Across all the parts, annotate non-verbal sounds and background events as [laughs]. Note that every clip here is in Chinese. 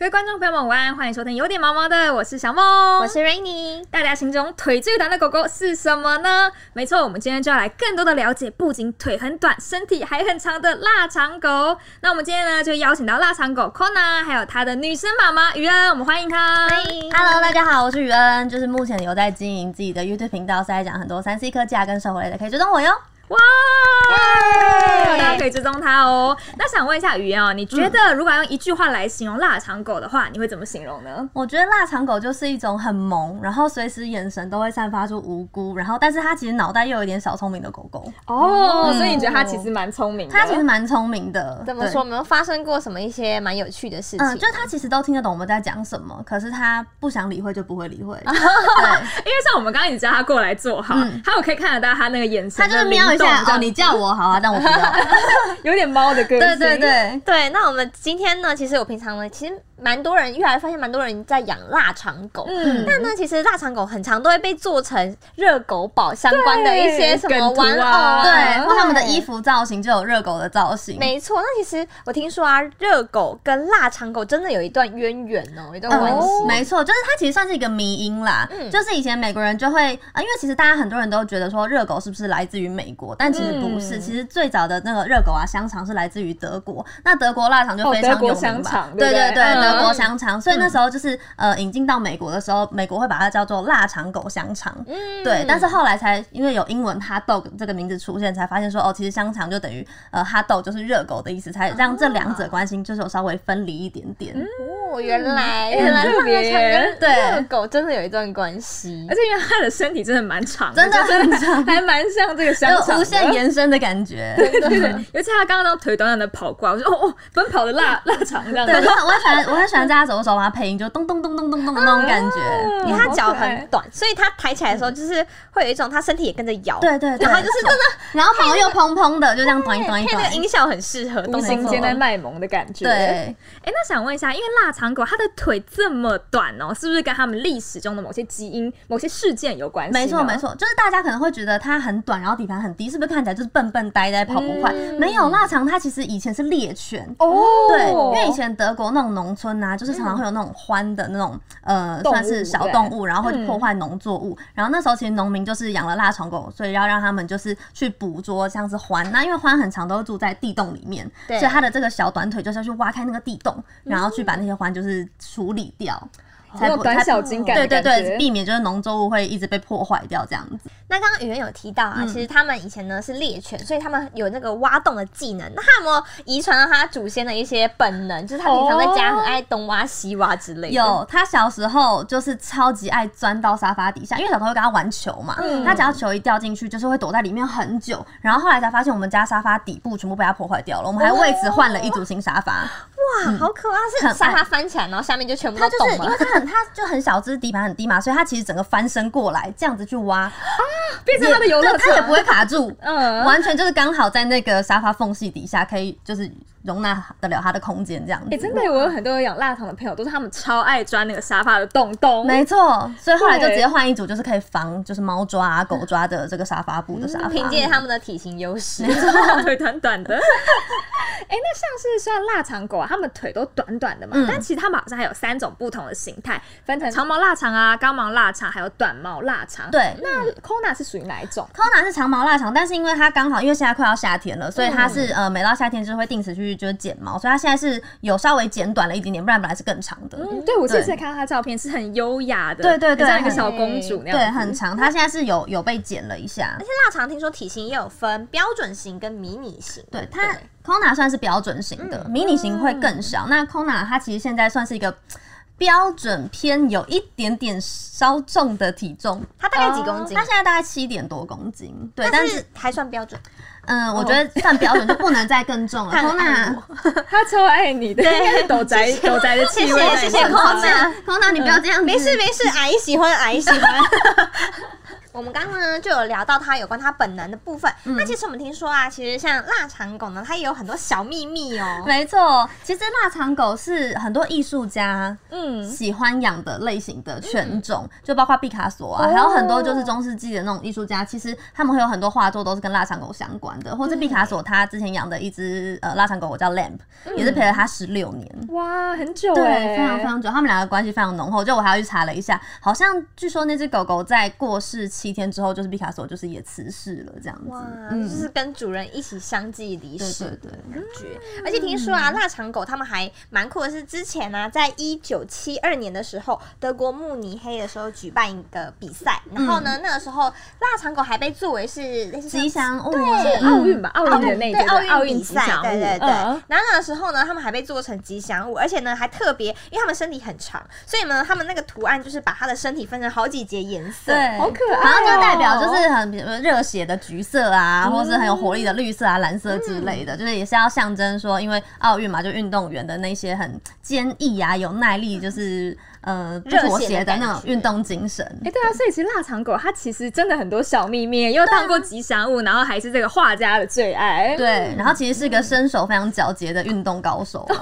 位观众朋友们，午安，欢迎收听有点毛毛的，我是小梦，哦我是 Rainy。大家心中腿最短的狗狗是什么呢？没错，我们今天就要来更多的了解，不仅腿很短，身体还很长的腊肠狗。那我们今天呢，就邀请到腊肠狗 Kona，还有它的女生妈妈于恩，我们欢迎她。 Hello，大家好，我是雨恩，就是目前有在经营自己的 YouTube 频道，是在讲很多三 C 科技啊跟生活类的，可以追踪我哟。哇！大家可以追踪它哦。那想问一下于恩哦，你觉得如果要用一句话来形容腊肠狗的话，你会怎么形容呢？我觉得腊肠狗就是一种很萌，然后随时眼神都会散发出无辜，然后但是它其实脑袋又有一点小聪明的狗狗，嗯哦，所以你觉得它其实蛮聪明的。它其实蛮聪明的。怎么对说？我？们发生过什么一些蛮有趣的事情？嗯，就是它其实都听得懂我们在讲什么，可是它不想理会就不会理会。对，因为像我们刚刚一直叫他过来坐好，嗯还有可以看得到他那个眼神它的就灵是动，瞄一下这哦，样你叫我好啊，但我不要。有点猫的个性。对对。对，对，那我们今天呢，其实我平常呢，其实蛮多人越来越发现蛮多人在养腊肠狗。嗯，但呢，其实腊肠狗很常都会被做成热狗堡相关的一些什对么梗图啊玩偶啊，对，或他们的对衣服造型就有热狗的造型。没错，那其实我听说啊，热狗跟腊肠狗真的有一段渊源哦，有一段关系。嗯，没错，就是它其实算是一个迷因啦。嗯就是以前美国人就会啊、因为其实大家很多人都觉得说热狗是不是来自于美国，但其实不是。嗯其实最早的那个热狗啊，香肠是来自于德国。那德国腊肠就哦非常德国有香名吧肠？对对不对对对，嗯德国香肠。所以那时候就是呃，引进到美国的时候，美国会把它叫做腊肠狗香肠。嗯对，但是后来才因为有英文 hot dog 这个名字出现，才发现说哦，其实香肠就等于呃 hot dog 就是热狗的意思，才让这两啊者关系就是有稍微分离一点点。哦，原来、嗯原很来腊特肠别哎耶跟对热狗真的有一段关系而。且因为它的身体真的蛮长真的就 [laughs] 很长还蛮像这个呃香肠有的无限。延伸的感觉。对 [laughs] 对对，尤其他刚刚那种腿短短的跑过来，我说哦哦，奔跑的 [laughs] 腊腊肠这样对，子。我我很喜欢，我很喜欢在他走的时候把它配音，就咚咚咚咚咚咚的啊那种感觉。因为它脚好可爱很短，所以它抬起来的时候，就是会有一种它身体也跟着摇。对对对，然后就是真的然后毛又蓬蓬的，就这样短一短一配那短个。音效很适合，无动形心间间在的。卖萌的感觉。哎、对，那想问一下，因为腊肠狗它的腿这么短哦，是不是跟他们历史中的某些基因、某些事件有关系？没错没。错，就是大家可能会觉得它很短，然后底盘很低，是不是看起来就是笨笨呆呆跑不快？没有，腊肠它其实以前是猎犬。哦，对，因为以前德国那种农村啊，就是常常会有那种獾的那种呃，动物算是小动物，然后会去破坏农作物。然后那时候其实农民就是养了腊肠狗，所以要让他们就是去捕捉像是獾。那因为獾很长都会住在地洞里面，对所以它的这个小短腿就是要去挖开那个地洞，然后去把那些獾就是处理掉，那种短小才精不干的对对感觉对，避免就是农作物会一直被破坏掉这样子。那刚刚雨恩有提到啊，嗯其实他们以前呢是猎犬，所以他们有那个挖洞的技能。那他有没有遗传到他祖先的一些本能？就是他平常在家很爱东挖西挖之类的。有，他小时候就是超级爱钻到沙发底下，因为小时候会跟他玩球嘛，他只要球一掉进去，就是会躲在里面很久。然后后来才发现，我们家沙发底部全部被他破坏掉了，我们还为此换了一组新沙发。哇，好可爱！是很爱沙发翻起来，然后下面就全部哦他都就是洞因为吗？他很，他就很小只，底盘很低嘛，所以他其实整个翻身过来这样子去挖，变成它的游乐对他也场不。会卡住。嗯完全就是刚好在那个沙发缝隙底下，可以就是容纳得了他的空间这样子。哎、真的，我有很多养腊肠的朋友，都是他们超爱钻那个沙发的洞洞。没错，所以后来就对直接换一组，就是可以防就是猫抓啊、狗抓的这个沙发布的沙发。凭借他们的体型优势， [laughs] 腿短短的。哎、那像是虽然腊肠狗啊，它们腿都短短的嘛，嗯但其实它们好像还有三种不同的形态，分成长毛腊肠啊、刚毛腊肠，还有短毛腊肠。，嗯对。那 Kona 是属于哪一种？ Kona 是长毛腊肠，但是因为它刚好因为现在快要夏天了，所以它是、呃每到夏天就是会定时去就是剪毛，所以它现在是有稍微剪短了一点点，不然本来是更长的。嗯，对，我这次对看到她的照片是很优雅的，对对对很像一个很小公主那样子。对，很长，它现在是有有被剪了一下而。且腊肠听说体型也有分标准型跟迷你型。对它 Kona 算是标准型的，迷你型会更小。那 Kona 它其实现在算是一个标准偏有一点点稍重的体重，它大概几公斤？哦它现在大概七点多公斤，对，但呃但是是还算标准。嗯，我觉得算标准就不能再更重了。 [laughs] 看 Kona 了爱我她超爱你的，应该是斗 [laughs] 宅斗宅的气味。谢谢谢谢嗯 Kona，Kona，你不要这样子，没事没事，阿姨喜欢，阿姨喜欢。 [laughs] 我们刚刚呢就有聊到它有关它本能的部分。嗯那其实我们听说啊，其实像腊肠狗呢，它也有很多小秘密哦。没错，其实腊肠狗是很多艺术家嗯，喜欢养的类型的嗯犬种，就包括毕卡索啊，还有很多哦就是中世纪的那种艺术家，其实他们会有很多画作都是跟腊肠狗相关的，或是毕卡索他之前养的一只呃腊肠狗，我叫 Lamp，、嗯也是陪了他十六年。哇，很久哎、对，非常非常久，他们两个关系非常浓厚。就我还要去查了一下，好像据说那只狗狗在过世七天之后，就是毕卡索就是也辞世了这样子哇，，就嗯，是跟主人一起相继离对世对的对嗯感觉。而且听说啊，腊肠狗它们还蛮酷的是，之前呢、在一九七二年的时候，德国慕尼黑的时候举办一个比赛，然后呢，那个时候腊肠狗还被作为是类似像嗯吉祥物啊是奥运吧，奥运的那一届对嗯奥奥运运比吉赛祥，物对对对。嗯然后那个时候呢，他们还被做成吉祥物，而且呢还特别，因为他们身体很长，所以呢他们那个图案就是把他的身体分成好几节颜色。对，好可爱哦好像就代表就是很比如热血的橘色啊，或是很有活力的绿色啊、蓝色之类的，就是也是要象征说，因为奥运嘛，就运动员的那些很坚毅啊、有耐力，就是呃不热血的妥协的感那种觉运动精神哎、。对啊，所以其实腊肠狗它其实真的很多小秘密，又当过吉祥物，然后还是这个画家的最爱。啊对，然后其实是个身手非常矫捷的运动 [laughs] 高手啊，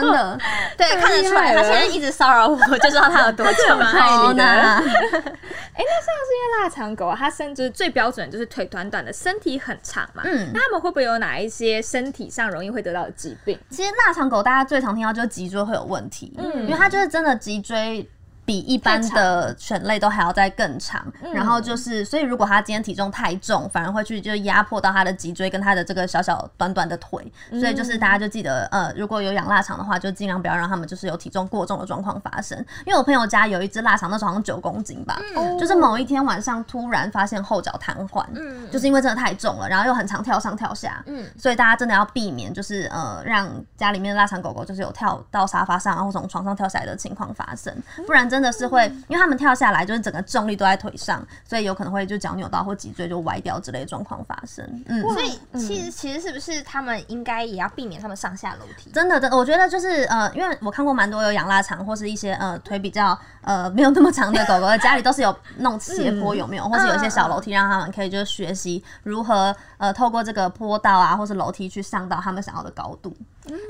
真的 [laughs] 对，看得出来，他现在一直骚扰我，就知道他有多长。超难。哎、那像是因为腊肠狗啊，它身就是最标准就是腿短短的，身体很长嘛。嗯那它们会不会有哪一些身体上容易会得到的疾病？其实腊肠狗大家最常听到就是脊椎会有问题，嗯因为它就是真的脊椎。比一般的犬类都还要再更长，然后就是，所以如果它今天体重太重，反而会去就压迫到它的脊椎跟它的这个小小短短的腿，所以就是大家就记得，呃，如果有养腊肠的话，就尽量不要让它们就是有体重过重的状况发生。因为我朋友家有一只腊肠，那时候好像九公斤吧，就是某一天晚上突然发现后脚瘫痪，嗯就是因为真的太重了，然后又很常跳上跳下，嗯，所以大家真的要避免，就是呃，让家里面的腊肠狗狗就是有跳到沙发上，然后从床上跳下来的情况发生，嗯不然真的是会，因为他们跳下来就是整个重力都在腿上，所以有可能会就脚扭到或脊椎就歪掉之类的状况发生。嗯，所以其实其实是不是他们应该也要避免他们上下楼梯？真的，真的，我觉得就是呃，因为我看过蛮多有养腊肠或是一些呃腿比较呃没有那么长的狗狗的家里都是有弄斜坡有嗯没有，或是有一些小楼梯，让他们可以就是学习如何呃透过这个坡道啊或是楼梯去上到他们想要的高度。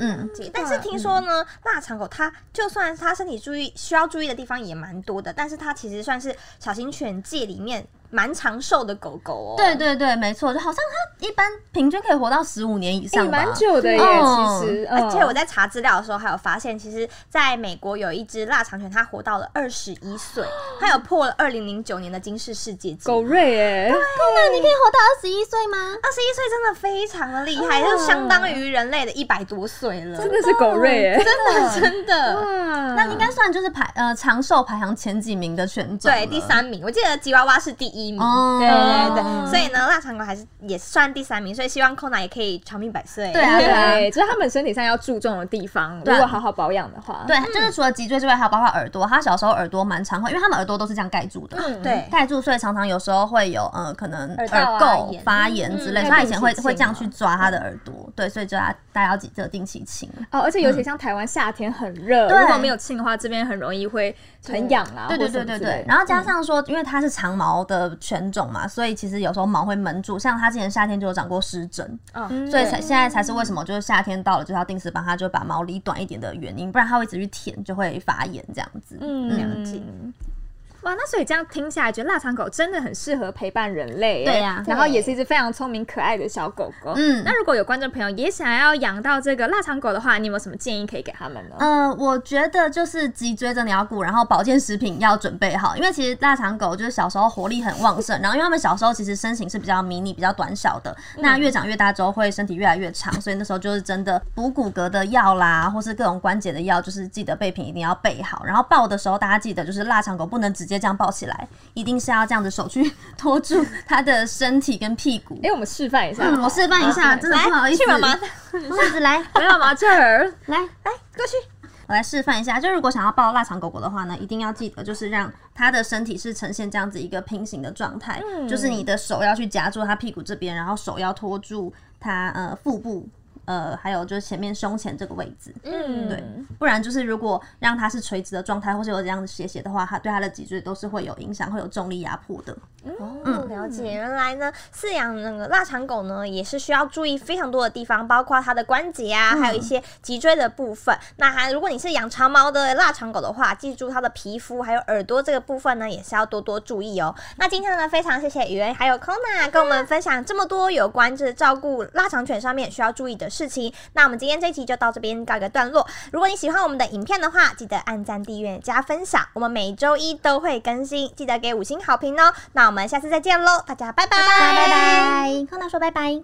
嗯，但是听说呢，腊肠狗它就算它身体注意需要注意的地方也蛮多的，但是它其实算是小型犬界里面蛮长寿的狗狗哦。对对对，没错，就好像它一般平均可以活到十五年以哎上吧。蛮久的耶，哦其实。而且我在在查资料的时候，还有发现，其实在美国有一只腊肠犬，它活到了二十一岁，它有破了二零零九年的金氏世界纪狗录。瑞哎， [laughs] 你可以活到二十一岁吗？二十一岁真的非常的厉害，哦就相当于人类的一百多岁了，真的是狗瑞 [laughs] 哎，真的真的。哇，那应该算就是排呃长寿排行前几名的犬种了。对，第三名，我记得吉娃娃是第一名，哦对对哦对，所以呢，腊肠狗还是也算第三名，所以希望 k o n a 也可以长命百岁。对啊对，就是他们身体上要注重的地方，如对啊果好好保养的话，对，就是除了脊椎之外，还有包括耳朵。它小时候耳朵蛮常会，因为它们耳朵都是这样盖住的，嗯对盖住，所以常常有时候会有呃可能耳道啊垢炎发炎之类，嗯所以它以前定会期会这样清去啊抓它的耳朵。对，所以就要大家要记得定期清。哦，而且尤其像台湾夏天很热，嗯对如果没有清的话，这边很容易会很痒啊，对或对什对么对之类对的，然后加上说，因为它是长毛的犬种嘛，所以其实有时候毛会闷住，像它之前夏天就有长过湿疹，嗯，所以才现在才是为什么就是夏天到了就要定时帮它就把毛理短一点的原因，不然它会一直去舔就会发炎这样子。嗯，了解哇，那所以这样听下来，觉得腊肠狗真的很适合陪伴人类耶，对呀然后也是一只非常聪明可爱的小狗狗。嗯那如果有观众朋友也想要养到这个腊肠狗的话，你有没有什么建议可以给他们呢？呃，我觉得就是脊椎真的要顾，然后保健食品要准备好，因为其实腊肠狗就是小时候活力很旺盛，然后因为它们小时候其实身形是比较迷你、比较短小的，那越长越大之后会身体越来越长，所以那时候就是真的补骨骼的药啦，或是各种关节的药，就是记得备品一定要备好，然后抱的时候大家记得就是腊肠狗不能直接这样抱起来，一定是要这样子手去 [laughs] 托住它的身体跟屁股。哎、我们示范一下。嗯，我示范一下，真的不好意思，去妈妈下子 [laughs] 来没有吗？这儿来。来过去，我来示范一下，就如果想要抱腊肠狗狗的话呢，一定要记得就是让它的身体是呈现这样子一个平行的状态，嗯就是你的手要去夹住它屁股这边，然后手要托住它呃腹部。呃，还有就是前面胸前这个位置，嗯，对，不然就是如果让它是垂直的状态，或是有这样子斜斜的话，它对它的脊椎都是会有影响，会有重力压迫的。嗯，了解。原来呢，饲养那个腊肠狗呢，也是需要注意非常多的地方，包括它的关节啊，还有一些脊椎的部分。那还如果你是养长毛的腊肠狗的话，记住它的皮肤还有耳朵这个部分呢，也是要多多注意哦。那今天呢，非常谢谢雨恩还有 Kona 跟我们分享这么多有关就是照顾腊肠犬上面需要注意的事情。那我们今天这一集就到这边告一个段落。如果你喜欢我们的影片的话，记得按赞、订阅、加分享。我们每周一都会更新，记得给五星好评哦。那我们下次再见喽，大家拜拜拜拜，康娜说拜拜。